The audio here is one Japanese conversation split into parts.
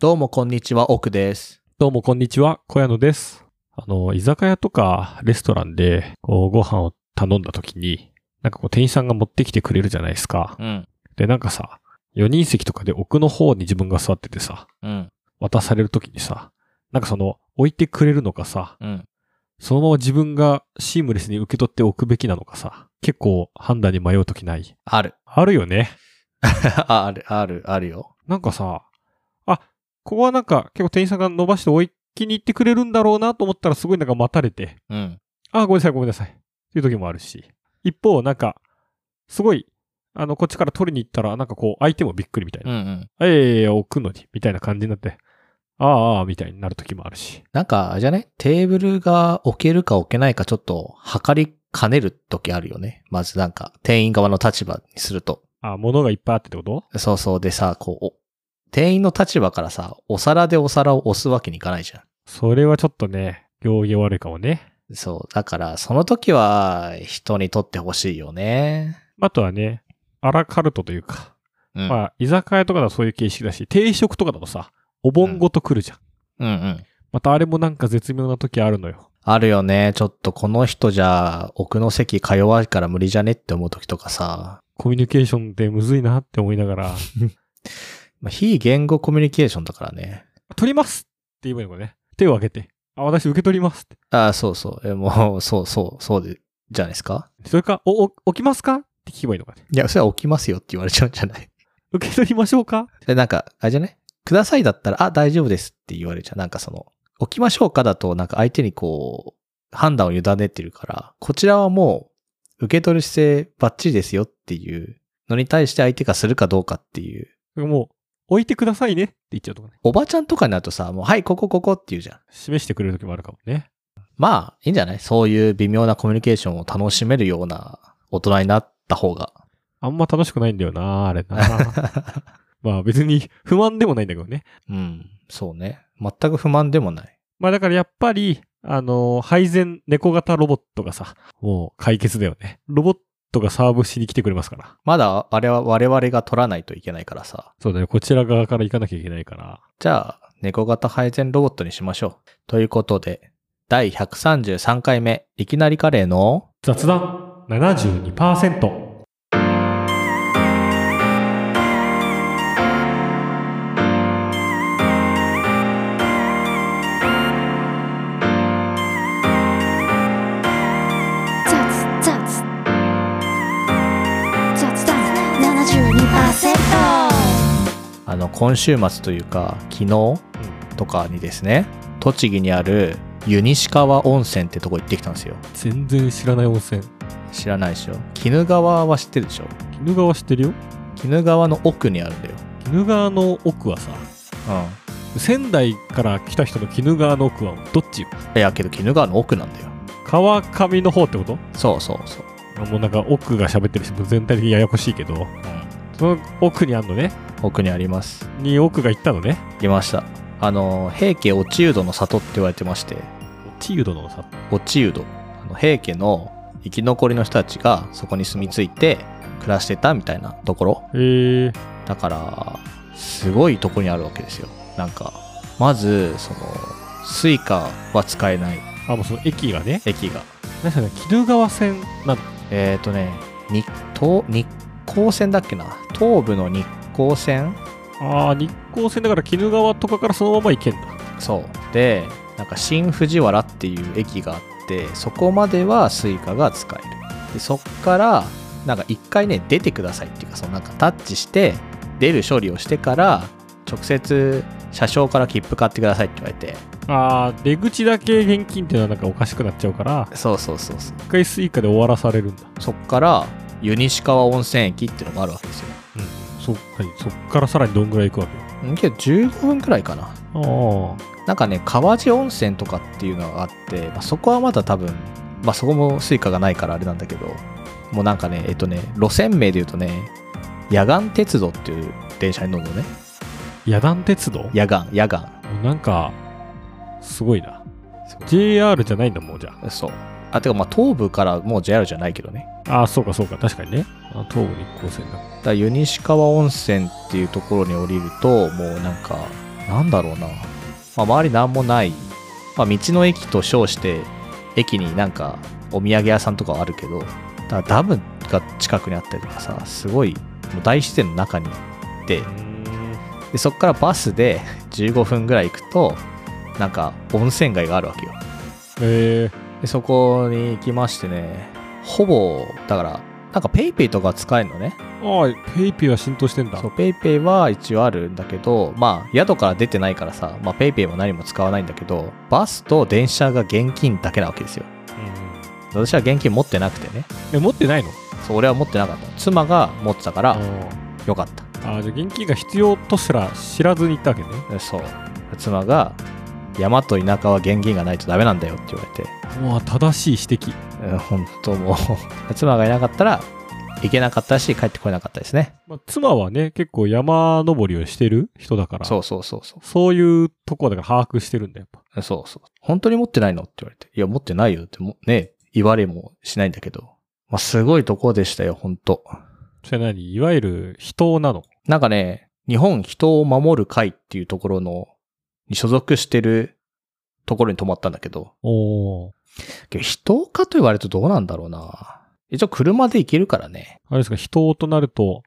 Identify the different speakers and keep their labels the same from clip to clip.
Speaker 1: どうもこんにちは、奥です。
Speaker 2: どうもこんにちは、小屋野です。あの、居酒屋とかレストランで、こう、ご飯を頼んだ時に、なんかこう、店員さんが持ってきてくれるじゃないですか。
Speaker 1: うん、
Speaker 2: で、なんかさ、4人席とかで奥の方に自分が座っててさ、
Speaker 1: うん、
Speaker 2: 渡される時にさ、なんかその、置いてくれるのかさ、
Speaker 1: うん。
Speaker 2: そのまま自分がシームレスに受け取っておくべきなのかさ、結構判断に迷う時ない。
Speaker 1: ある。
Speaker 2: あるよね。
Speaker 1: ある、ある、あるよ。
Speaker 2: なんかさ、あ、ここはなんか結構店員さんが伸ばして置きに行ってくれるんだろうなと思ったらすごいなんか待たれて、
Speaker 1: うん、
Speaker 2: あ、ごめんなさい、ごめんなさい。っていう時もあるし。一方、なんか、すごい、あの、こっちから取りに行ったら、なんかこう、相手もびっくりみたい
Speaker 1: うん、う
Speaker 2: な。
Speaker 1: ん。
Speaker 2: あいやいやいや、置くのに、みたいな感じになって、ああ、ああ、みたいになる時もあるし。
Speaker 1: なんか、あれじゃねテーブルが置けるか置けないかちょっと測りかねる時あるよね。まずなんか、店員側の立場にすると。
Speaker 2: あ、物がいっぱいあってってこと
Speaker 1: そうそう。でさ、こう、お店員の立場からさ、お皿でお皿を押すわけにいかないじゃん。
Speaker 2: それはちょっとね、行儀悪いかもね。
Speaker 1: そう。だから、その時は人にとってほしいよね。
Speaker 2: あとはね、アラカルトというか、
Speaker 1: うん。
Speaker 2: まあ、居酒屋とかだとそういう形式だし、定食とかだとさ、お盆ごと来るじゃん。
Speaker 1: うんうん。
Speaker 2: またあれもなんか絶妙な時あるのよ。
Speaker 1: あるよね。ちょっとこの人じゃ、奥の席通わいから無理じゃねって思う時とかさ、
Speaker 2: コミュニケーションってむずいなって思いながら、
Speaker 1: まあ、非言語コミュニケーションだからね。
Speaker 2: 取りますって言えばいいのかね。手を挙げて。あ、私受け取りますって。
Speaker 1: ああ、そうそう。えもう、 そうそう、そうで、じゃないですか。
Speaker 2: それか、お、お置きますかって聞けばいいのかね。
Speaker 1: いや、それは起きますよって言われちゃうんじゃない
Speaker 2: 受け取りましょうか
Speaker 1: で、なんか、あれじゃないくださいだったら、あ、大丈夫ですって言われちゃう。なんかその、起きましょうかだと、なんか相手にこう、判断を委ねてるから、こちらはもう、受け取る姿勢バッチリですよっていうのに対して相手がするかどうかっていう。
Speaker 2: それかもう、置いてくださいねって言っちゃうとかね。
Speaker 1: おばちゃんとかになるとさ、もう、はい、ここ、ここって言うじゃん。
Speaker 2: 示してくれる時もあるかもね。
Speaker 1: まあ、いいんじゃないそういう微妙なコミュニケーションを楽しめるような大人になった方が。
Speaker 2: あんま楽しくないんだよな、あれな。まあ別に不満でもないんだけどね。
Speaker 1: うん、そうね。全く不満でもない。
Speaker 2: まあだからやっぱり、あの、配膳猫型ロボットがさ、もう解決だよね。ロボットがサーブしに来てくれますから。
Speaker 1: まだあれは我々が取らないといけないからさ。
Speaker 2: そうだよ、こちら側から行かなきゃいけないから。
Speaker 1: じゃあ、猫型配膳ロボットにしましょう。ということで、第133回目、いきなりカレーの、
Speaker 2: 雑談72%。
Speaker 3: 雑雑雑談72%
Speaker 1: あの、今週末というか、昨日とかにですね、栃木にある湯西川温泉ってとこ行ってきたんですよ。
Speaker 2: 全然知らない温泉
Speaker 1: 知らないでしょ。鬼怒川は知ってるでしょ。
Speaker 2: 鬼怒川知ってるよ
Speaker 1: 鬼怒川の奥にあるんだよ。
Speaker 2: 鬼怒川の奥はさ
Speaker 1: う
Speaker 2: 仙台から来た人の鬼怒川の奥はどっちよ
Speaker 1: ん。いや、けど鬼怒川の奥なんだよ。
Speaker 2: 川上の方ってこと
Speaker 1: そうそうそう。
Speaker 2: もうなんか奥が喋ってるしもう全体的にややこしいけど
Speaker 1: うん。
Speaker 2: その奥にあんのね
Speaker 1: 奥にあります。
Speaker 2: に奥が行ったのね
Speaker 1: 来ましたあの平家落ち湯殿の里って言われてまして
Speaker 2: チードのさ
Speaker 1: 落ち湯戸あの平家の生き残りの人たちがそこに住み着いて暮らしてたみたいなところ
Speaker 2: えー、
Speaker 1: だからすごいとこにあるわけですよなんかまずそのスイカは使えない
Speaker 2: あもうその駅がね
Speaker 1: 駅が
Speaker 2: 何かね鬼怒川線なの
Speaker 1: えっ、ー、とね日東日光線だっけな東部の日光線
Speaker 2: あー日光線だから鬼怒川とかからそのまま行けんだ
Speaker 1: そうでなんか新藤原っていう駅があってそこまではスイカが使えるでそっからなんか一回ね出てくださいっていうかそのなんかタッチして出る処理をしてから直接車掌から切符買ってくださいって言われて
Speaker 2: あー出口だけ現金っていうのはなんかおかしくなっちゃうから
Speaker 1: そうそうそうそう
Speaker 2: 一回スイカで終わらされるんだ
Speaker 1: そっから湯西川温泉駅っていうのがあるわけですよ
Speaker 2: そっかそっからさらにどんぐらい行くわけ
Speaker 1: んけど15分くらいかな
Speaker 2: ああ
Speaker 1: なんかね川路温泉とかっていうのがあって、まあ、そこはまだ多分、まあ、そこもスイカがないからあれなんだけどもうなんかねえっとね路線名で言うとね野岩鉄道っていう電車に乗るのね
Speaker 2: 野団鉄道
Speaker 1: 野岩野岩
Speaker 2: なんかすごいな JR じゃないんだもんじゃ
Speaker 1: そうあてかまあ東部からもう JR じゃないけどね
Speaker 2: ああーそうかそうか確かにねあ東武日光線だ
Speaker 1: だから湯西川温泉っていうところに降りるともうなんかなんだろうな、まあ、周り何もない、まあ、道の駅と称して駅になんかお土産屋さんとかはあるけどただダムが近くにあったりとかさすごいもう大自然の中にいてでそっからバスで15分ぐらい行くとなんか温泉街があるわけよ
Speaker 2: え
Speaker 1: でそこに行きましてねほぼだからなんか PayPay とか使えるのね
Speaker 2: ー、ああ、ペイペイは浸透してんだ。
Speaker 1: そう PayPay は一応あるんだけどまあ宿から出てないからさ、まあ、PayPay も何も使わないんだけどバスと電車が現金だけなわけですよ
Speaker 2: うん
Speaker 1: 私は現金持ってなくてね
Speaker 2: え、持ってないの
Speaker 1: そう俺は持ってなかった妻が持ってたか
Speaker 2: あ
Speaker 1: らよかった
Speaker 2: あー、じゃあ現金が必要とすら知らずに行ったわけね。
Speaker 1: でそう妻が山と田舎は現金がないとダメなんだよって言われて
Speaker 2: もう正しい指摘。
Speaker 1: うん本当もう 妻がいなかったら行けなかったし帰ってこれなかったですね
Speaker 2: まあ、妻はね、結構山登りをしてる人だから。
Speaker 1: そうそうそうそ
Speaker 2: そういうとこはだから把握してるんだよ、やっ
Speaker 1: うそうそう本当に持ってないのって言われていや持ってないよってもね言われもしないんだけど、まあ、すごいとこでしたよ本当
Speaker 2: ぱ。それ何いわゆる人なの。
Speaker 1: なんかね日本人を守る会っていうところのに所属してるところに泊まったんだけど
Speaker 2: おお。
Speaker 1: けど人かと言われるとどうなんだろうな一応車で行けるからね
Speaker 2: あれですか、人となると、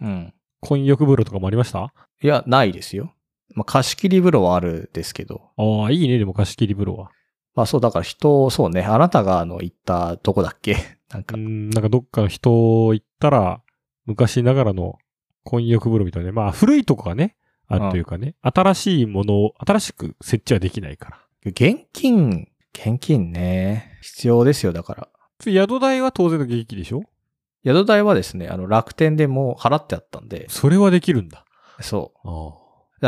Speaker 1: うん
Speaker 2: 混浴風呂とかもありました
Speaker 1: いやないですよ、まあ、貸し切り風呂はあるですけど
Speaker 2: ああ、いいね、でも貸し切り風呂は。
Speaker 1: まあそう、だから人を、そうね、あなたがあの、行った、どこだっけなん
Speaker 2: う
Speaker 1: か、
Speaker 2: ん、なんかどっか人行ったら、昔ながらの混浴風呂みたいなね。まあ、古いとこがね、あるというかね、新しいものを、新しく設置はできないから。
Speaker 1: 現金、現金ね、必要ですよ、だから。
Speaker 2: 宿代は当然の劇でしょ
Speaker 1: 宿代はですね、あの、楽天でもう払ってあったんで、
Speaker 2: それはできるんだ。
Speaker 1: そう。
Speaker 2: あ
Speaker 1: だ
Speaker 2: あ。
Speaker 1: か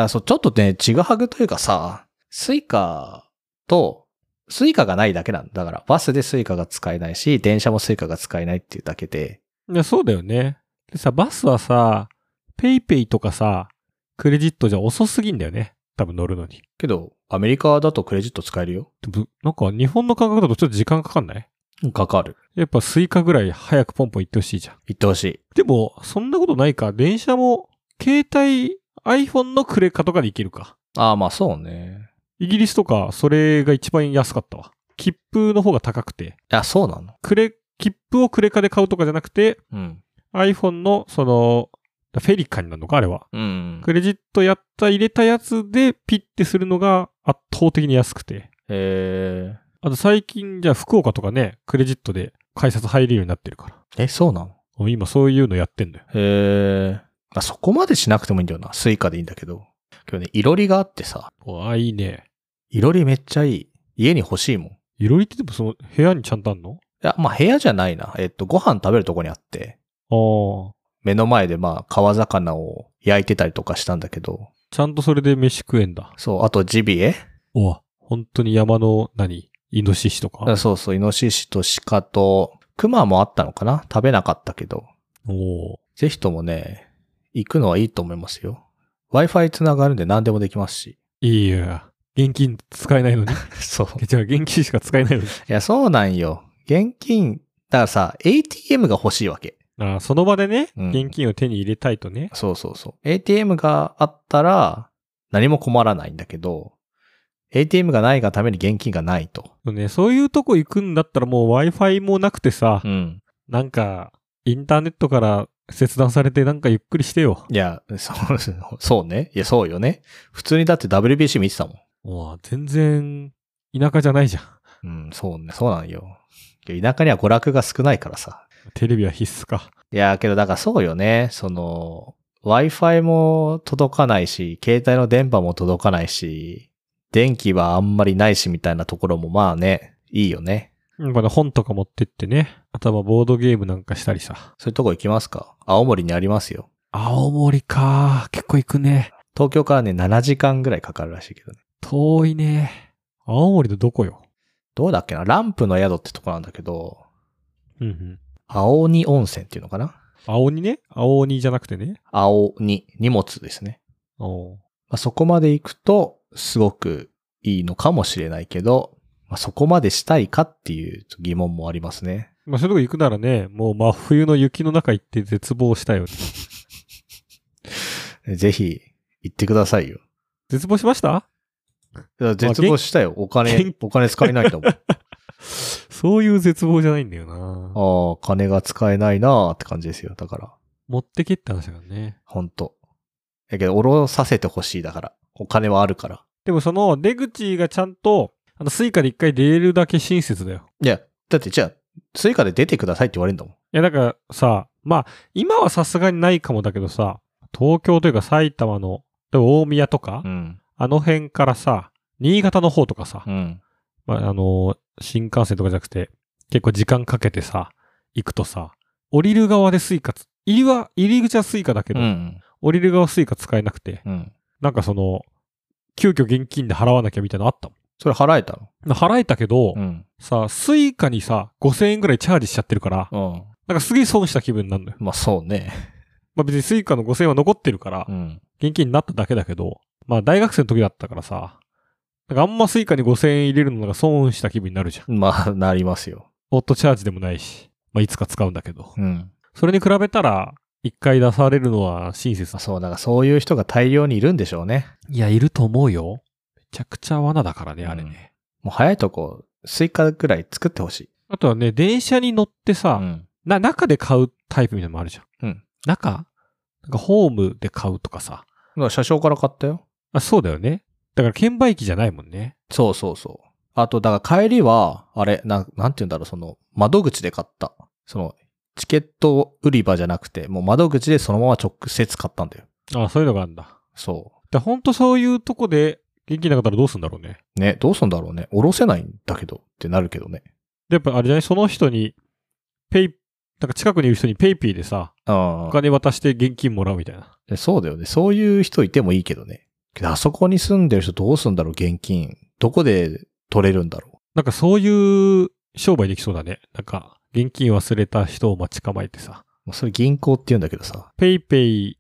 Speaker 1: らそう、ちょっとね、ちぐはぐというかさ、スイカと、スイカがないだけなんだ。だから、バスでスイカが使えないし、電車もスイカが使えないっていうだけで、
Speaker 2: いや、そうだよね。でさ、バスはさ、ペイペイとかさ、クレジットじゃ遅すぎんだよね。多分乗るのに。
Speaker 1: けど、アメリカだとクレジット使えるよ。
Speaker 2: でもなんか日本の感覚だとちょっと時間かかんない
Speaker 1: かかる。
Speaker 2: やっぱスイカぐらい早くポンポン行ってほしいじゃん。
Speaker 1: 行ってほしい。
Speaker 2: でも、そんなことないか。電車も、携帯、iPhone のクレカとかで行けるか。
Speaker 1: ああ、まあそうね。
Speaker 2: イギリスとか、それが一番安かったわ。切符の方が高くて。
Speaker 1: あ、そうなの
Speaker 2: クレ、切符をクレカで買うとかじゃなくて、
Speaker 1: うん。
Speaker 2: iPhone の、その、フェリカになるのか、あれは。
Speaker 1: うん。
Speaker 2: クレジットやった、入れたやつでピッてするのが圧倒的に安くて。
Speaker 1: え
Speaker 2: あと最近じゃあ福岡とかね、クレジットで改札入れるようになってるから。
Speaker 1: ー、え、そうなの
Speaker 2: もう今そういうのやってんだよ。
Speaker 1: へえ。まあ、そこまでしなくてもいいんだよな。スイカでいいんだけど。今日ね、いろりがあってさ、
Speaker 2: ああ、いいね。
Speaker 1: いろりめっちゃいい。家に欲しいもん。い
Speaker 2: いろりってでもその部屋にちゃんとあんの
Speaker 1: や、まあ、部屋じゃないな。えっと、ご飯食べるとこにあって、
Speaker 2: ああ。
Speaker 1: 目の前でまあ、川魚を焼いてたりとかしたんだけど、
Speaker 2: ちゃんとそれで飯食えんだ。
Speaker 1: そう、あとジビエ
Speaker 2: お本当に山の何イノシシとか。
Speaker 1: そうそう、イノシシと鹿と、熊もあったのかな食べなかったけど、
Speaker 2: おお
Speaker 1: ぜひともね、行くのはいいと思いますよ。Wi-Fi 繋がるんで何でもできますし。
Speaker 2: ー。いいや。現金使えないのに。
Speaker 1: そう。
Speaker 2: じゃあ現金しか使えないのに。
Speaker 1: いや、そうなんよ。現金、だからさ、ATM が欲しいわけ。
Speaker 2: ああ、その場でね、
Speaker 1: うん
Speaker 2: 現金を手に入れたいとね。
Speaker 1: そうそうそう。ATM があったら、何も困らないんだけど、ATM がないがために現金がないと。
Speaker 2: そうね、そういうとこ行くんだったらもう Wi-Fi もなくてさ、
Speaker 1: ん。
Speaker 2: なんか、インターネットから切断されてなんかゆっくりしてよ。
Speaker 1: いや、そう、そうね。いや、そうよね。普通にだって WBC 見てたもん。
Speaker 2: もう全然、田舎じゃないじゃん。
Speaker 1: うん、そうね。そうなんよ。いや田舎には娯楽が少ないからさ。
Speaker 2: テレビは必須か。
Speaker 1: いや、けどだからそうよね。その、Wi-Fi も届かないし、携帯の電波も届かないし、電気はあんまりないしみたいなところもまあね、いいよね。
Speaker 2: やっぱね、本とか持ってってね。あとはボードゲームなんかしたりさ。
Speaker 1: そういうとこ行きますか青森にありますよ。
Speaker 2: 青森か。結構行くね。
Speaker 1: 東京からね、7時間ぐらいかかるらしいけどね。
Speaker 2: 遠いね。青森のどこよ。
Speaker 1: どうだっけなランプの宿ってとこなんだけど、
Speaker 2: うんうん。
Speaker 1: 青鬼温泉っていうのかな
Speaker 2: 青鬼ね。青鬼じゃなくてね。
Speaker 1: 青鬼、荷物ですね。
Speaker 2: おう
Speaker 1: まあ、そこまで行くと、すごくいいのかもしれないけど、まあ、そこまでしたいかっていう疑問もありますね。
Speaker 2: まあ、そういうとこ行くならね、もう真冬の雪の中行って絶望したよ。
Speaker 1: ぜひ、行ってくださいよ。
Speaker 2: 絶望しました
Speaker 1: いや絶望したよ。お金
Speaker 2: 元、
Speaker 1: お金使えないんだもん。
Speaker 2: そういう絶望じゃないんだよな。
Speaker 1: ああ、金が使えないなーって感じですよ。だから、
Speaker 2: 持ってけって話だからね。
Speaker 1: ほんと。だけど、おろさせてほしいだから。お金はあるから。
Speaker 2: でもその出口がちゃんと、あの、スイカで一回出れるだけ親切だよ。
Speaker 1: いや、だってじゃあ、スイカで出てくださいって言われるんだもん。
Speaker 2: いや、だからさ、まあ、今はさすがにないかもだけどさ、東京というか埼玉の、でも大宮とか、
Speaker 1: うん。
Speaker 2: あの辺からさ、新潟の方とかさ、
Speaker 1: うん。
Speaker 2: まあ、あの、新幹線とかじゃなくて、結構時間かけてさ、行くとさ、降りる側でスイカつ、入りは、入り口はスイカだけ
Speaker 1: う
Speaker 2: ど、
Speaker 1: ん。
Speaker 2: 降りる側スイカ使えなくて、
Speaker 1: うん。
Speaker 2: なんかその、急遽現金で払わなきゃみたいなのあったも
Speaker 1: それ払えたの
Speaker 2: ん。払えたけど、
Speaker 1: ん。
Speaker 2: さ、スイカにさ、5000円ぐらいチャージしちゃってるから、
Speaker 1: うん。
Speaker 2: なんかすげえ損した気分になるのよ。
Speaker 1: まあそうね。
Speaker 2: まあ別にスイカの5000円は残ってるから、
Speaker 1: ん。
Speaker 2: 現金になっただけだけど、まあ大学生の時だったからさ、なんかあんまスイカに5000円入れるのが損した気分になるじゃん。
Speaker 1: まあ、なりますよ。
Speaker 2: オットチャージでもないし、まあいつか使うんだけど。
Speaker 1: うん。
Speaker 2: それに比べたら、一回出されるのは親切だ。
Speaker 1: そう、だからそういう人が大量にいるんでしょうね。
Speaker 2: いや、いると思うよ。めちゃくちゃ罠だからね、あれね。
Speaker 1: うんもう早いとこ、スイカぐらい作ってほしい。
Speaker 2: あとはね、電車に乗ってさ、
Speaker 1: ん。
Speaker 2: な、中で買うタイプみたいなのもあるじゃん。
Speaker 1: うん
Speaker 2: 中なんかホームで買うとかさ。
Speaker 1: だから車掌から買ったよ。
Speaker 2: あ、そうだよね。だから券売機じゃないもんね。
Speaker 1: そうそうそう。あと、だから帰りは、あれ、なん、なんて言うんだろう、その、窓口で買った。その、チケット売り場じゃなくて、もう窓口でそのまま直接買ったんだよ。
Speaker 2: あそういうのがあるんだ。
Speaker 1: そ
Speaker 2: で、ほんとそういうとこで、現金なかったらどうすんだろうね。
Speaker 1: う。ね、どうすんだろうね。おろせないんだけどってなるけどね。
Speaker 2: で、やっぱあれじゃないその人に、ペイ、なんか近くにいる人にペイペイでさ、
Speaker 1: あ
Speaker 2: お金渡して現金もらうみたいな。
Speaker 1: でそうだよね。そういう人いてもいいけどね。けど、あそこに住んでる人どうすんだろう、現金。どこで取れるんだろ
Speaker 2: なんかそういう商売できそうだね。なんか、現金忘れた人を待ち構えてさ、
Speaker 1: う。もうそれ銀行って言うんだけどさ。
Speaker 2: ペイペイ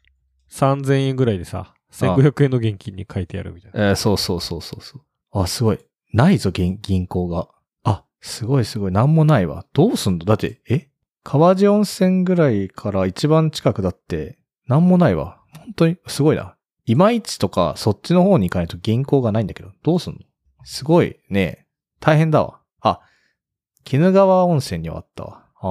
Speaker 2: 3000円ぐらいでさ、
Speaker 1: ああ
Speaker 2: 1500円の現金に変えてやるみたいな。
Speaker 1: えーそうそうそうそうそう。あ、すごい。ないぞ、銀銀行が。あ、すごいすごい。なんもないわ。どうすんのだって、え川地温泉ぐらいから一番近くだって、なんもないわ。本当に、すごいな。いまいちとか、そっちの方に行かないと銀行がないんだけど、どうすんのすごいね。大変だわ。あ、鬼怒川温泉にはあったわ。あ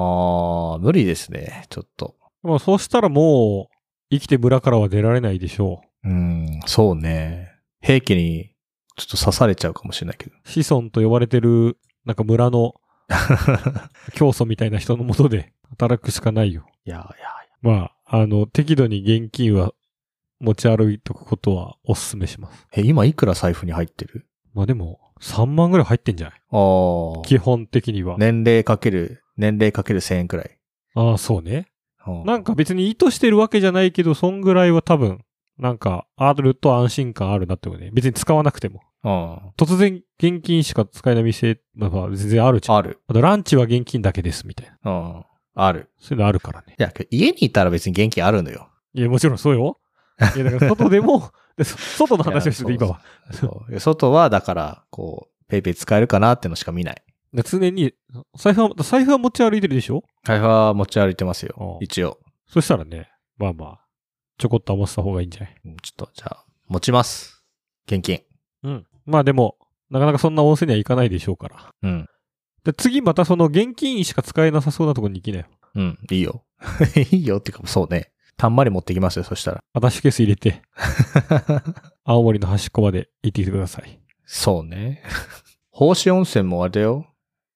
Speaker 1: ー、無理ですね。ちょっと。
Speaker 2: まあそうしたらもう、生きて村からは出られないでしょ
Speaker 1: うーん、そうね。平家に、ちょっと刺されちゃうかもしれないけど。
Speaker 2: う。子孫と呼ばれてる、なんか村の教祖みたいな人のもとで働くしかないよ。
Speaker 1: いやいや、
Speaker 2: まあ、あの、適度に現金は持ち歩いとくことはお勧めします。
Speaker 1: え、今いくら財布に入ってる
Speaker 2: まあでも、3万ぐらい入ってんじゃない
Speaker 1: あ
Speaker 2: 基
Speaker 1: あ。
Speaker 2: 本的には。
Speaker 1: 年齢かける、年齢かける1000円くらい。
Speaker 2: ああ、そうね。
Speaker 1: うん
Speaker 2: なんか別に意図してるわけじゃないけど、そんぐらいは多分、なんか、あると安心感あるなって思うね。別に使わなくても。
Speaker 1: うん。
Speaker 2: 突然、現金しか使えない店、まあまあ、全然あるじゃん。
Speaker 1: ある。
Speaker 2: あと、ランチは現金だけです、みたいな。
Speaker 1: うん。ある。
Speaker 2: そういうのあるからね。
Speaker 1: いや、家にいたら別に現金あるのよ。
Speaker 2: いや、もちろんそうよ。いや、だから外でも、でそ外の話をして
Speaker 1: い
Speaker 2: て、
Speaker 1: やそ
Speaker 2: 今
Speaker 1: う
Speaker 2: は。
Speaker 1: そう。外は、だから、こう、ペイペイ使えるかなってのしか見ない。
Speaker 2: で常に、財布は、財布は持ち歩いてるでしょ
Speaker 1: 財布は持ち歩いてますよ。
Speaker 2: うん
Speaker 1: 一応。
Speaker 2: そしたらね、まあまあ、ちょこっと余した方がいいんじゃない
Speaker 1: うんちょっと、じゃあ、持ちます。現金。
Speaker 2: うん。まあでも、なかなかそんな温泉には行かないでしょうから。
Speaker 1: うん。
Speaker 2: で、次またその現金しか使えなさそうなところに行きなよ。
Speaker 1: うん。いいよ。 いいよっていうか、そうね。たんまり持ってきますよ、そしたら。
Speaker 2: アタッシュケース入れ て、青森の端っこまで行ってきてください。
Speaker 1: そうね。奉仕温泉もあれだよ。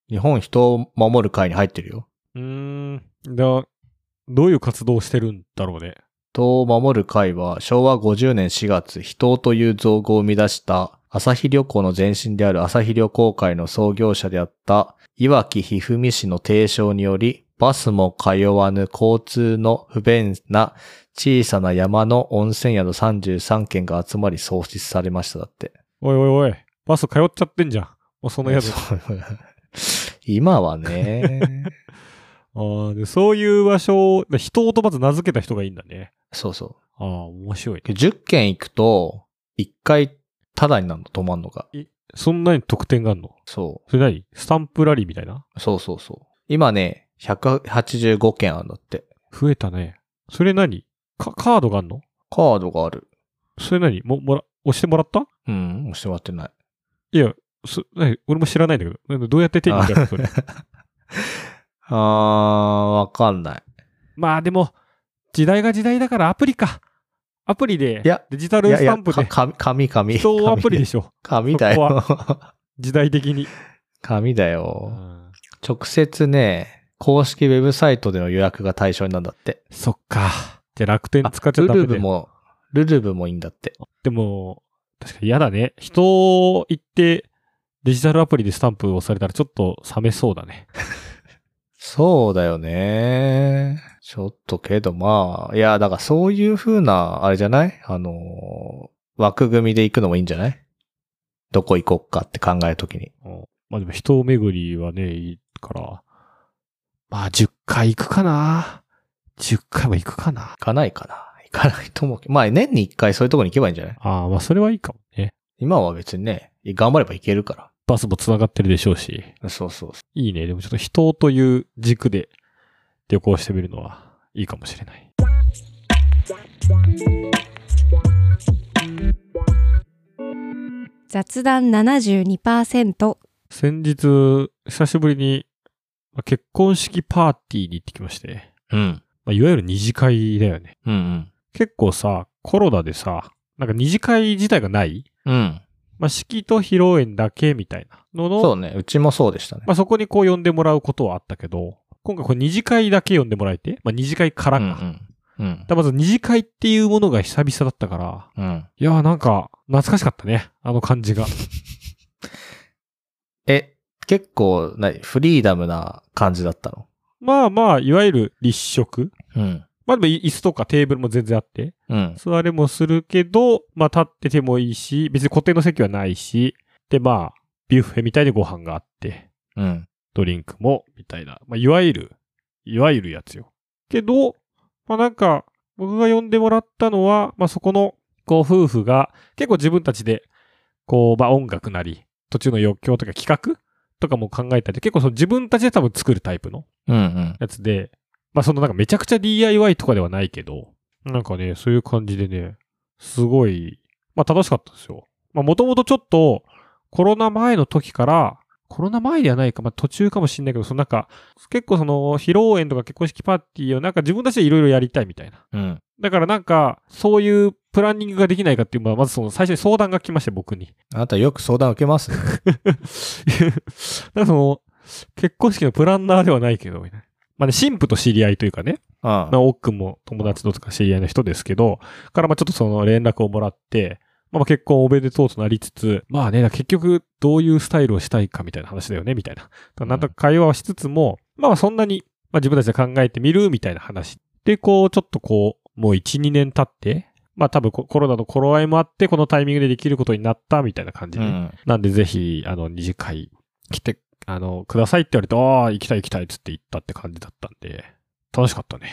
Speaker 1: 日本人を守る会に入ってるよ。
Speaker 2: うーん。だ、どういう活動をしてるんだろうね。
Speaker 1: 人を守る会は昭和50年4月、人という造語を生み出した朝日旅行の前身である朝日旅行会の創業者であった岩木ひふみ氏の提唱により、バスも通わぬ交通の不便な小さな山の温泉宿33軒が集まり創設されましただって。
Speaker 2: おいおいおい、バス通っちゃってんじゃん。もうその宿。
Speaker 1: そう今はね、
Speaker 2: あーでそういう場所を、で人とまず名付けた人がいいんだね。
Speaker 1: そうそ。。
Speaker 2: ああ、面白いう
Speaker 1: 10軒行くと、1回タダになるの、泊まんのが。
Speaker 2: そんなに特典があるの
Speaker 1: そう。
Speaker 2: それ何スタンプラリーみたいな
Speaker 1: そうそうそう。今ね、185件あるんだって。
Speaker 2: 増えたね。それ何か、カードがあんの
Speaker 1: カードがある。
Speaker 2: それ何も、もら、押してもらった
Speaker 1: うん、押してもらってない。
Speaker 2: いや、す、え俺も知らないんだけどなんで、どうやって手に入れたのそれ。
Speaker 1: あー、わかんない。
Speaker 2: まあでも、時代が時代だからアプリか。アプリで、
Speaker 1: いや
Speaker 2: デジタ
Speaker 1: い
Speaker 2: ル
Speaker 1: やい
Speaker 2: スタ
Speaker 1: や、
Speaker 2: ンプ
Speaker 1: か
Speaker 2: で、
Speaker 1: 紙、紙、紙。
Speaker 2: 人アプリで
Speaker 1: し
Speaker 2: しょ。
Speaker 1: 紙だ
Speaker 2: そ
Speaker 1: よ。
Speaker 2: 時代的に。
Speaker 1: 紙だ
Speaker 2: う
Speaker 1: よ。
Speaker 2: ん
Speaker 1: 直接ね、公式ウェブサイトでの予約が対象になるんだって。
Speaker 2: そっか。じゃあ楽天使っちゃ
Speaker 1: ル
Speaker 2: ダメ
Speaker 1: ル
Speaker 2: で
Speaker 1: ブ。も、ルルブもいいんだって。
Speaker 2: でも、確かに嫌だね。人行って、デジタルアプリでスタンプ押されたらちょっと冷めそうだね。
Speaker 1: そうだよね。ちょっとけどまあ、いや、だからそういう風な、あれじゃないあのー、枠組みで行くのもいいんじゃないどこ行こっかって考えるときに。
Speaker 2: うんまあでも人巡りはね、いいから。まあ10回行くかな。10回は行くかな。
Speaker 1: 行かないかな行かないと思うけど。まあ、年に一回そういうとこに行けばいいんじゃない
Speaker 2: ああ、まあそれはいいかもね。
Speaker 1: 今は別にね、頑張れば行けるか
Speaker 2: バスも繋がってるでしょうし。
Speaker 1: ら。そうそうそ
Speaker 2: いいね。でもちょっと人という軸で旅行してみるのはいいかもしれない。
Speaker 4: 雑談72%
Speaker 2: 先日、久しぶりにまあ結婚式パーティーに行ってきまして、
Speaker 1: う。うん。
Speaker 2: まあ、いわゆる二次会だよね。
Speaker 1: うん
Speaker 2: 結構さ、コロナでさ、なんか二次会自体がない
Speaker 1: うん。うん。
Speaker 2: まあ、式と披露宴だけみたいなのの、
Speaker 1: そうね。うちもそうでしたね。
Speaker 2: まあ、そこにこう呼んでもらうことはあったけど、今回これ二次会だけ呼んでもらえて、まあ、二次会から
Speaker 1: う
Speaker 2: か。
Speaker 1: ん
Speaker 2: だか
Speaker 1: うん。うん。
Speaker 2: らまず二次会っていうものが久々だったか
Speaker 1: う
Speaker 2: ら、
Speaker 1: ん。
Speaker 2: いやーなんか懐かしかったね。あの感じが。
Speaker 1: え、結構、なに、フリーダムな感じだったの
Speaker 2: まあまあ、いわゆる立食。
Speaker 1: うん。
Speaker 2: まあでもい椅子とかテーブルも全然あって、
Speaker 1: うん。
Speaker 2: 座れもするけど、まあ立っててもいいし、別に固定の席はないし、でまあ、ビュッフェみたいでご飯があって、
Speaker 1: うん。
Speaker 2: ドリンクも、みたいな。まあ、いわゆる、いわゆるやつよ。けど、まあなんか、僕が呼んでもらったのは、まあそこのご夫婦が、結構自分たちで、こう、まあ音楽なり、途中の余興とか企画とかも考えたり、結構その自分たちで多分作るタイプの
Speaker 1: うんうん。
Speaker 2: やつで、まあそのなんかめちゃくちゃ DIY とかではないけど、なんかね、そういう感じでね、すごい、まあ楽しかったですよ。まあもともとちょっとコロナ前の時から、コロナ前ではないか、まあ途中かもしんないけど、そのなんか、結構その披露宴とか結婚式パーティーをなんか自分たちでいろいろやりたいみたいな。
Speaker 1: うん。
Speaker 2: だからなんか、そういうプランニングができないかっていうのは、まずその最初に相談が来まして、僕に。
Speaker 1: あなたよく相談受けますね。
Speaker 2: なんかその、結婚式のプランナーではないけど、みたいな。まあね、新婦と知り合いというかね、
Speaker 1: あ
Speaker 2: まあ、奥も友達とか知り合いの人ですけど、からまあちょっとその連絡をもらって、まあまあ結婚おめでとうとなりつつ、まあね、だから結局どういうスタイルをしたいかみたいな話だよね、みたいな。だからなんとか会話をしつつも、まあまあそんなに、まあ自分たちで考えてみるみたいな話。で、こう、ちょっとこう、もう1、2年経って、まあ多分ココロナの頃合いもあって、このタイミングでできることになったみたいな感じ
Speaker 1: う
Speaker 2: で、
Speaker 1: ん。
Speaker 2: なんでぜひ、あの、二次会来て、あの、くださいって言われて、ああ、行きたい行きたいっつって行ったって感じだったんで、楽しかったね。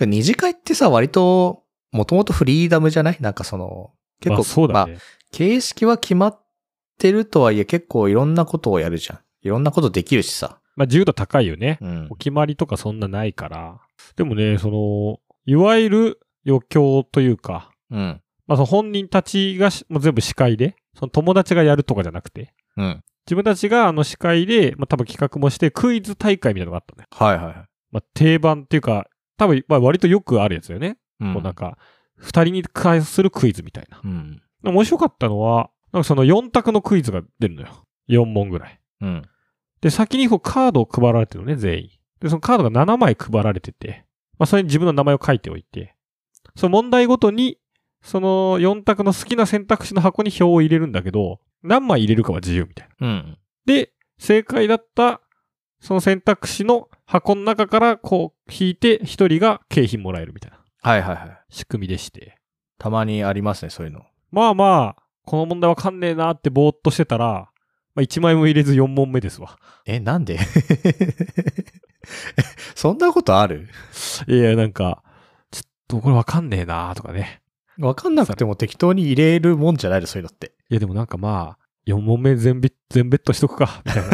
Speaker 1: 二次会ってさ、割と、もともとフリーダムじゃないなんかその、結構、
Speaker 2: まあ、そうだ
Speaker 1: まあ
Speaker 2: ね。
Speaker 1: 形式は決まってるとはいえ、結構いろんなことをやるじゃん。いろんなことできるしさ。
Speaker 2: まあ、自由度高いよね。
Speaker 1: うん
Speaker 2: お。決まりとかそんなないから。でもね、その、いわゆる余興というか、
Speaker 1: うん。
Speaker 2: まあ、その本人たちがしもう全部司会で、その友達がやるとかじゃなくて、
Speaker 1: うん。
Speaker 2: 自分たちがあの司会で、まあ、多分企画もして、クイズ大会みたいなのがあったね。
Speaker 1: はいはいはい。
Speaker 2: まあ、定番っていうか、多分、まあ、割とよくあるやつだよね。
Speaker 1: うん
Speaker 2: こうなんか、二人に関するクイズみたいな。
Speaker 1: うん。
Speaker 2: 面白かったのは、なんかその4択のクイズが出るのよ。4問ぐらい。
Speaker 1: うん。
Speaker 2: で、先にこうカードを配られてるのね、全員。で、そのカードが7枚配られてて、まあ、それに自分の名前を書いておいて、その問題ごとに、その4択の好きな選択肢の箱に表を入れるんだけど、何枚入れるかは自由みたいな。
Speaker 1: うん。
Speaker 2: で、正解だった、その選択肢の箱の中からこう引いて、1人が景品もらえるみたいな
Speaker 1: はいはいはい。
Speaker 2: 仕組みでして。
Speaker 1: たまにありますね、そういうの。
Speaker 2: まあまあ、この問題わかんねえなってぼーっとしてたら、まあ、1枚も入れず4問目ですわ。
Speaker 1: え、なんで そんなことある
Speaker 2: いや、なんか、ちょっとこれわかんねえなとかね。
Speaker 1: わかんなくても適当に入れるもんじゃないの、そういうのって。
Speaker 2: いや、でもなんかまあ、4問目全ビ全ベッドしとくか、みたいな。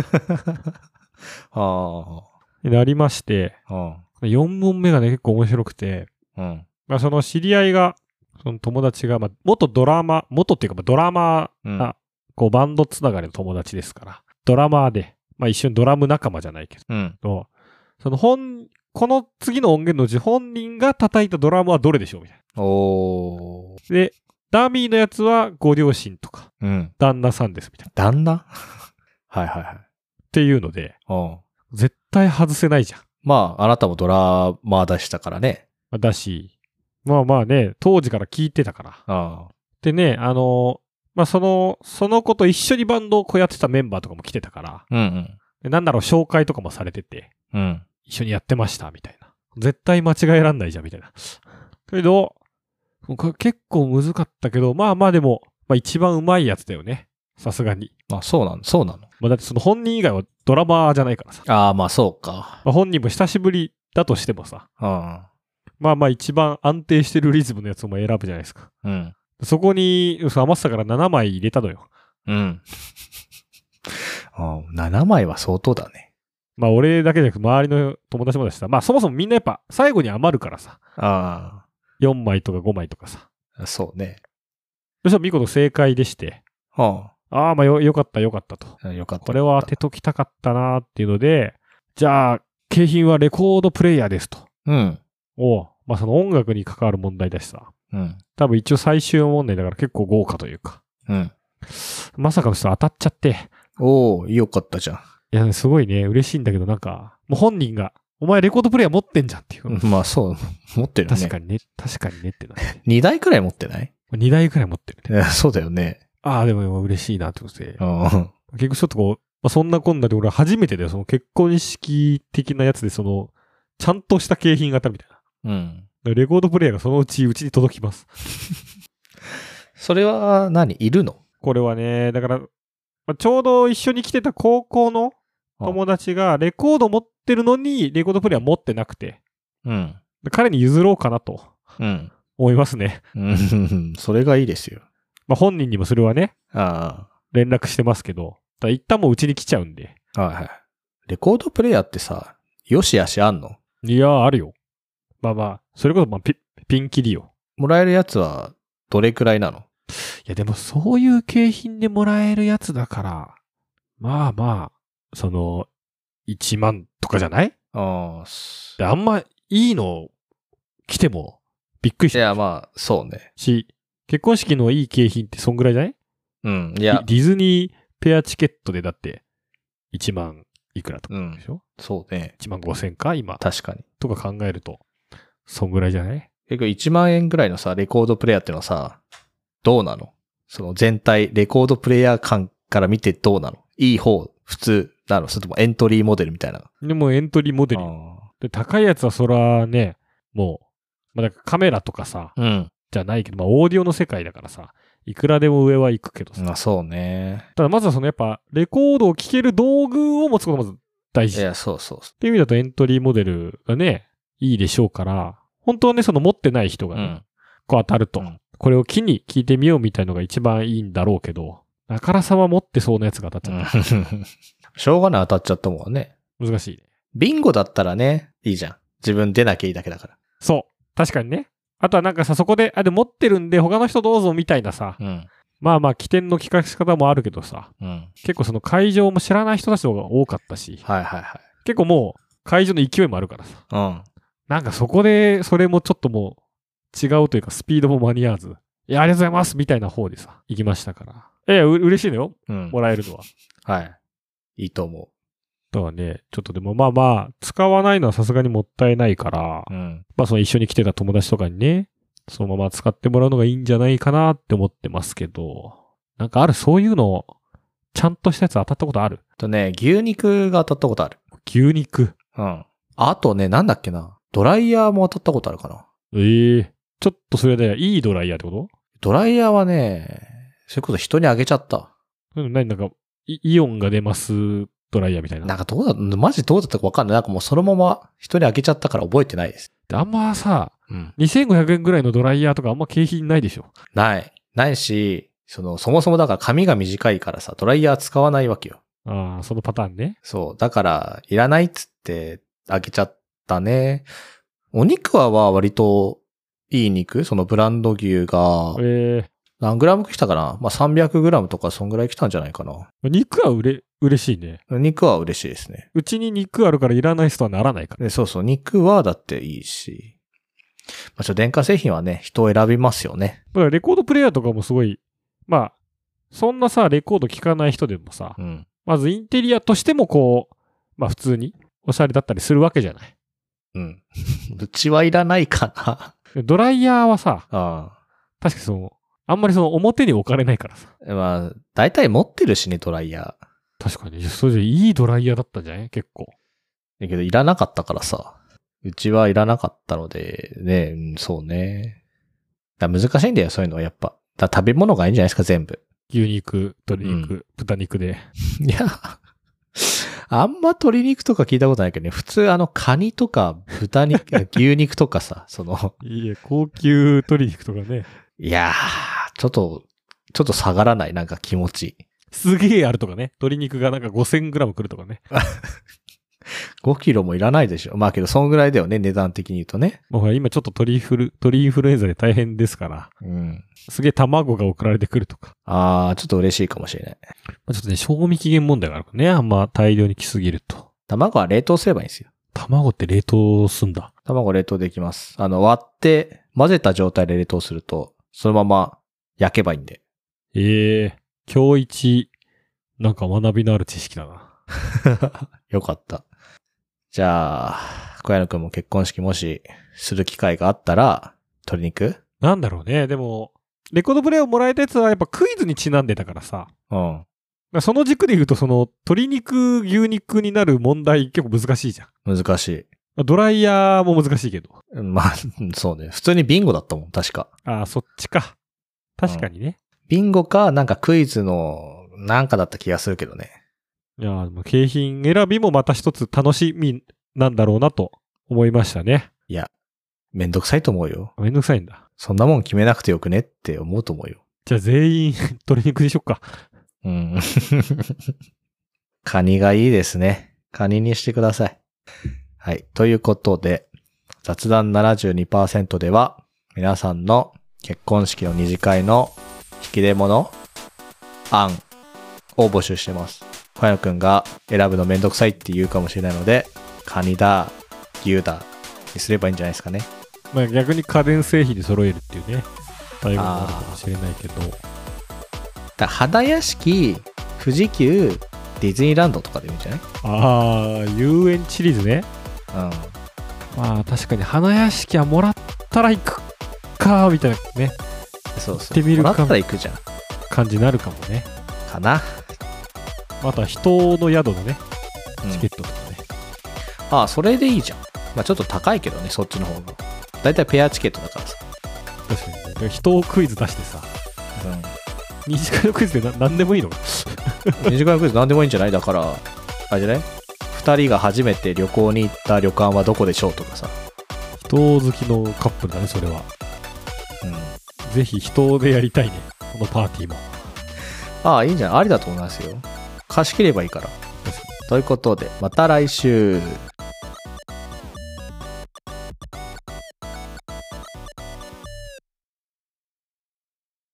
Speaker 1: あ
Speaker 2: なりまして、
Speaker 1: あ。
Speaker 2: 4問目がね、結構面白くて、
Speaker 1: うん。うん。
Speaker 2: まあその知り合いが、その友達が、まあ、元ドラマ、元っていうか、まあドラマ
Speaker 1: うん
Speaker 2: あこうバンドつながりの友達ですから、ドラマーで、まあ一緒にドラム仲間じゃないけ
Speaker 1: うん。
Speaker 2: ど、その本、この次の音源のうち本人が叩いたドラムはどれでしょうみたい
Speaker 1: おー。
Speaker 2: な。で、ダミーのやつはご両親とか、
Speaker 1: うん。
Speaker 2: 旦那さんですみたいな。っ
Speaker 1: 旦那 はいはいはい。
Speaker 2: ていうので、
Speaker 1: うん。
Speaker 2: 絶対外せないじゃん。
Speaker 1: まあ、あなたもドラマーでしたからね。
Speaker 2: まあだし、まあまあね、当時から聞いてたから。
Speaker 1: あ
Speaker 2: でね、あの、まあその、その子と一緒にバンドをこうやってたメンバーとかも来てたから、
Speaker 1: あ。うん
Speaker 2: でなんだろう、紹介とかもされてて、
Speaker 1: うん。うん。
Speaker 2: 一緒にやってました、みたいな。絶対間違えらんないじゃん、みたいな。けど、これ結構むずかったけど、まあまあでも、まあ一番うまいやつだよね。さすがに。
Speaker 1: まあ、そうなの、そうなの。
Speaker 2: まあだってその本人以外はドラマーじゃないからさ。
Speaker 1: ああ、まあ、そうか。
Speaker 2: まあ本人も久しぶりだとしてもさ、
Speaker 1: うん。
Speaker 2: まあまあ一番安定してるリズムのやつも選ぶじゃないですか。
Speaker 1: うん。
Speaker 2: そこに、その余ってたから7枚入れたのよ。
Speaker 1: うん。あー7枚は相当だね。
Speaker 2: まあ俺だけじゃなく周りの友達もだしさ、まあそもそもみんなやっぱ最後に余るからさ、
Speaker 1: あ
Speaker 2: 4枚とか5枚とかさ。
Speaker 1: あ、そうね。
Speaker 2: そしたら見事正解でして、
Speaker 1: は
Speaker 2: ああまあよよかったよかったと。
Speaker 1: あ。よかった。
Speaker 2: これは当てときたかったなっていうので、じゃあ、景品はレコードプレイヤーですと。
Speaker 1: うん。
Speaker 2: おうまあその音楽に関わる問題だしさ。
Speaker 1: うん。
Speaker 2: 多分一応最終問題だから結構豪華というか。
Speaker 1: うん。
Speaker 2: まさかの人当たっちゃって。
Speaker 1: おおよかったじゃん。
Speaker 2: いや、すごいね、嬉しいんだけどなんか、もう本人が、お前レコードプレイヤー持ってんじゃんっていう。
Speaker 1: まあ、そう。持ってるね。
Speaker 2: 確かにね、確かにねってなって。
Speaker 1: 2台くらい持ってない
Speaker 2: 2台くらい持ってるね。
Speaker 1: いや そうだよね。
Speaker 2: ああ、でも嬉しいなってことで
Speaker 1: う。ん。
Speaker 2: 結局ちょっとこう、まあ、そんなこんなで俺初めてだよ。その結婚式的なやつで、その、ちゃんとした景品があったみたいな。
Speaker 1: うん。
Speaker 2: レコードプレイヤーがそのうちうちに届きます。
Speaker 1: それは何いるの
Speaker 2: これはね、だから、まあちょうど一緒に来てた高校の
Speaker 1: あ
Speaker 2: 友達がレコード持ってるのにレコードプレイヤー持ってなくて、
Speaker 1: うん。
Speaker 2: で彼に譲ろうかなと
Speaker 1: うん。
Speaker 2: 思いますね。
Speaker 1: うん。 それがいいですよ。
Speaker 2: まあ本人にもそれはね、
Speaker 1: あ
Speaker 2: 連絡してますけど、ただ一旦もううちに来ちゃうんで。
Speaker 1: あ。はいはい。レコードプレイヤーってさ、よしあしあんの
Speaker 2: いやー、あるよ。まあまあ、それこそまあピピンキリよ。
Speaker 1: もらえるやつはどれくらいなの
Speaker 2: いや、でもそういう景品でもらえるやつだから、まあまあ、その、1万とかじゃない
Speaker 1: ああ、す
Speaker 2: であんまいいの来てもびっくりし
Speaker 1: いや、まあ、そうね。
Speaker 2: し、結婚式のいい景品ってそんぐらいじゃない
Speaker 1: うん。いや
Speaker 2: ディ、ディズニーペアチケットでだって1万いくらとか
Speaker 1: うん
Speaker 2: で。しょ、
Speaker 1: そうね。
Speaker 2: ?1 万5千か今
Speaker 1: 確かに。
Speaker 2: とか考えると、そんぐらいじゃない
Speaker 1: 結局1万円ぐらいのさ、レコードプレイヤーってのはさ、どうなのその全体、レコードプレイヤー感から見てどうなのいい方、普通なのそれともエントリーモデルみたいな。
Speaker 2: でもエントリーモデルよ。で、高いやつはそらね、もう、まあ、だからカメラとかさ、
Speaker 1: あーうん。
Speaker 2: じゃないけど、まあオーディオの世界だからさ、いくらでも上は行くけどさ。
Speaker 1: まあ、そうね。
Speaker 2: ただまずはそのやっぱレコードを聴ける道具を持つことがまず大
Speaker 1: い
Speaker 2: 事。
Speaker 1: や、そうそうそ
Speaker 2: っていう意味だとエントリーモデルがね、いいでしょうから、本当はね、その持ってない人
Speaker 1: う。
Speaker 2: が
Speaker 1: う
Speaker 2: ね、
Speaker 1: ん。
Speaker 2: こう当たると、
Speaker 1: うん
Speaker 2: これを機に聞いてみようみたいのが一番いいんだろうけど、あからさま持ってそうなやつが当たっちゃっ
Speaker 1: うん しょうがない当たっちゃったもんね。
Speaker 2: た。難しいね。
Speaker 1: ビンゴだったらね、いいじゃん。自分出なきゃいいだけだから。
Speaker 2: そう。確かにね。あとはなんかさ、そこで、あ、でも持ってるんで他の人どうぞみたいなさ、
Speaker 1: うん。
Speaker 2: まあまあ起点の聞かし方もあるけどさ、
Speaker 1: うん。
Speaker 2: 結構その会場も知らない人たちの方が多かったし、
Speaker 1: はいはいはい。
Speaker 2: 結構もう会場の勢いもあるからさ、
Speaker 1: うん。
Speaker 2: なんかそこで、それもちょっともう違うというか、スピードも間に合わず、いや、ありがとうございますみたいな方でさ、行きましたから。いやいや、う嬉しいのよ、
Speaker 1: うん。
Speaker 2: もらえるのは。
Speaker 1: はい。いいと思
Speaker 2: だからね、ちょっとでもまあまあ、使わないのはさすがにもったいないから
Speaker 1: う。、うん。
Speaker 2: まあその一緒に来てた友達とかにね、そのまま使ってもらうのがいいんじゃないかなって思ってますけど、なんかあるそういうの、ちゃんとしたやつ当たったことある
Speaker 1: とね、牛肉が当たったことある。
Speaker 2: 牛肉。
Speaker 1: うん。あとね、なんだっけな。ドライヤーも当たったことあるかな。
Speaker 2: ええちょっとそれで、いいドライヤーってこと
Speaker 1: ドライヤーはね、それこそ人にあげちゃった。
Speaker 2: うん何なんかイ、イオンが出ますドライヤーみたいな
Speaker 1: なん。かどうだ、マジどうだったかわかんない。なんかもうそのまま人にあげちゃったから覚えてないです。
Speaker 2: であんまさ、
Speaker 1: うん。
Speaker 2: 2500円ぐらいのドライヤーとかあんま景品ないでしょ。
Speaker 1: ない。ないし、その、そもそもだから髪が短いからさ、ドライヤー使わないわけよ。
Speaker 2: ああ、そのパターンね。
Speaker 1: そう。だから、いらないっつってあげちゃったね。お肉はは割といい肉、そのブランド牛が、
Speaker 2: え
Speaker 1: 何グラム来たかなまあ、300グラムとかそんぐらい来たんじゃないかな。
Speaker 2: ー、肉はうれ、嬉しいね。
Speaker 1: 肉は嬉しいですね。
Speaker 2: うちに肉あるからいらない人はならないから。
Speaker 1: でそうそう、肉はだっていいし。まあ、ちょ、電化製品はね、人を選びますよね。
Speaker 2: だからレコードプレイヤーとかもすごい、まあ、そんなさ、レコード聴かない人でもさ
Speaker 1: う、ん。
Speaker 2: まずインテリアとしてもこう、まあ普通におしゃれだったりするわけじゃない。
Speaker 1: うん。うちはいらないかな。
Speaker 2: でドライヤーはさ、
Speaker 1: あ
Speaker 2: 確かにその、あんまりその表に置かれないからさ。
Speaker 1: あ。まあ、大体持ってるしね、ドライヤー。
Speaker 2: 確かに、いやそれじゃいいドライヤーだったんじゃない結構。
Speaker 1: だけど、いらなかったからさ。うちはいらなかったので、ね、うん、そうね。だ難しいんだよ、そういうのはやっぱ。だ食べ物がいいんじゃないですか、全部。
Speaker 2: 牛肉、鶏肉、豚肉で。
Speaker 1: いや、あんま鶏肉とか聞いたことないけどね、普通あの、カニとか豚肉、牛肉とかさ、その、
Speaker 2: いえ、高級鶏肉とかね。
Speaker 1: いやー、ちょっと、ちょっと下がらない、なんか気持ち。
Speaker 2: すげえあるとかね。鶏肉がなんか 5000g くるとかね。
Speaker 1: 5キロもいらないでしょ。まあけど、そんぐらいだよね、値段的に言うとね。
Speaker 2: もうほら今ちょっと鳥インフル、鳥インフルエンザで大変ですから、
Speaker 1: うん。
Speaker 2: すげえ卵が送られてくるとか。
Speaker 1: あー、ちょっと嬉しいかもしれない。
Speaker 2: まあちょっとね、賞味期限問題があるからね。あんま大量に来すぎると。
Speaker 1: 卵は冷凍すればいいんですよ。
Speaker 2: 卵って冷凍すんだ。
Speaker 1: 卵冷凍できます。あの、割って、混ぜた状態で冷凍すると、そのまま焼けばいいんで。
Speaker 2: ええ今日一、なんか学びのある知識だな。
Speaker 1: よかった。じゃあ、小柳くんも結婚式もし、する機会があったら、鶏肉
Speaker 2: なんだろうね。でも、レコードプレイをもらえたやつはやっぱクイズにちなんでたからさ。
Speaker 1: うん。
Speaker 2: まあその軸で言うと、その、鶏肉、牛肉になる問題結構難しいじゃん。
Speaker 1: 難しい。
Speaker 2: まあドライヤーも難しいけど。
Speaker 1: うんまあ、 そうね。普通にビンゴだったもん、確か。
Speaker 2: ああ、そっちか。確かにね。
Speaker 1: ビンゴか、なんかクイズの、なんかだった気がするけどね。
Speaker 2: いやー、でも景品選びもまた一つ楽しみなんだろうなと思いましたね。
Speaker 1: めんどくさいと思うよ。
Speaker 2: めんどくさいんだ。
Speaker 1: そんなもん決めなくてよくねって思うと思うよ。
Speaker 2: じゃあ全員鶏肉にしよっか。
Speaker 1: うん。 カニがいいですね。カニにしてください。はい。ということで、雑談72%では、皆さんの結婚式の二次会の引き出物案を募集してます。小屋くんが選ぶのめんどくさいって言うかもしれないので、カニだ、牛だにすればいいんじゃないですかね。
Speaker 2: まあ逆に家電製品で揃えるっていうね。対応もあるかもしれないけど。
Speaker 1: だ花屋敷、富士急、ディズニーランドとかでもいいんじゃ
Speaker 2: ああ、遊園地リーズね。
Speaker 1: ないうん。
Speaker 2: まあ確かに花屋敷はもらったら行くか、みたいなね、
Speaker 1: そうそう。
Speaker 2: 行ってみるか
Speaker 1: もらったら行くじゃん。
Speaker 2: 感じになるかもね。
Speaker 1: かな。
Speaker 2: また人の宿のね、
Speaker 1: うん
Speaker 2: チケットとかね。
Speaker 1: ああ、それでいいじゃん。まあちょっと高いけどね、そっちの方が。だいたいペアチケットだからさ。
Speaker 2: 確かにね。だから人をクイズ出してさ、
Speaker 1: う
Speaker 2: 二次会のクイズでな何でもいいの
Speaker 1: ん。二次会クイズ何 でもいいんじゃないだから、あれじゃない二人が初めて旅行に行った旅館はどこでしょうとかさ。
Speaker 2: 人好きのカップルだね、それは。
Speaker 1: うん。
Speaker 2: ぜひ人でやりたいね。このパーティーも。
Speaker 1: ああ、いいんじゃないありだと思いますよ。貸し切ればいいから。ということで、また来週。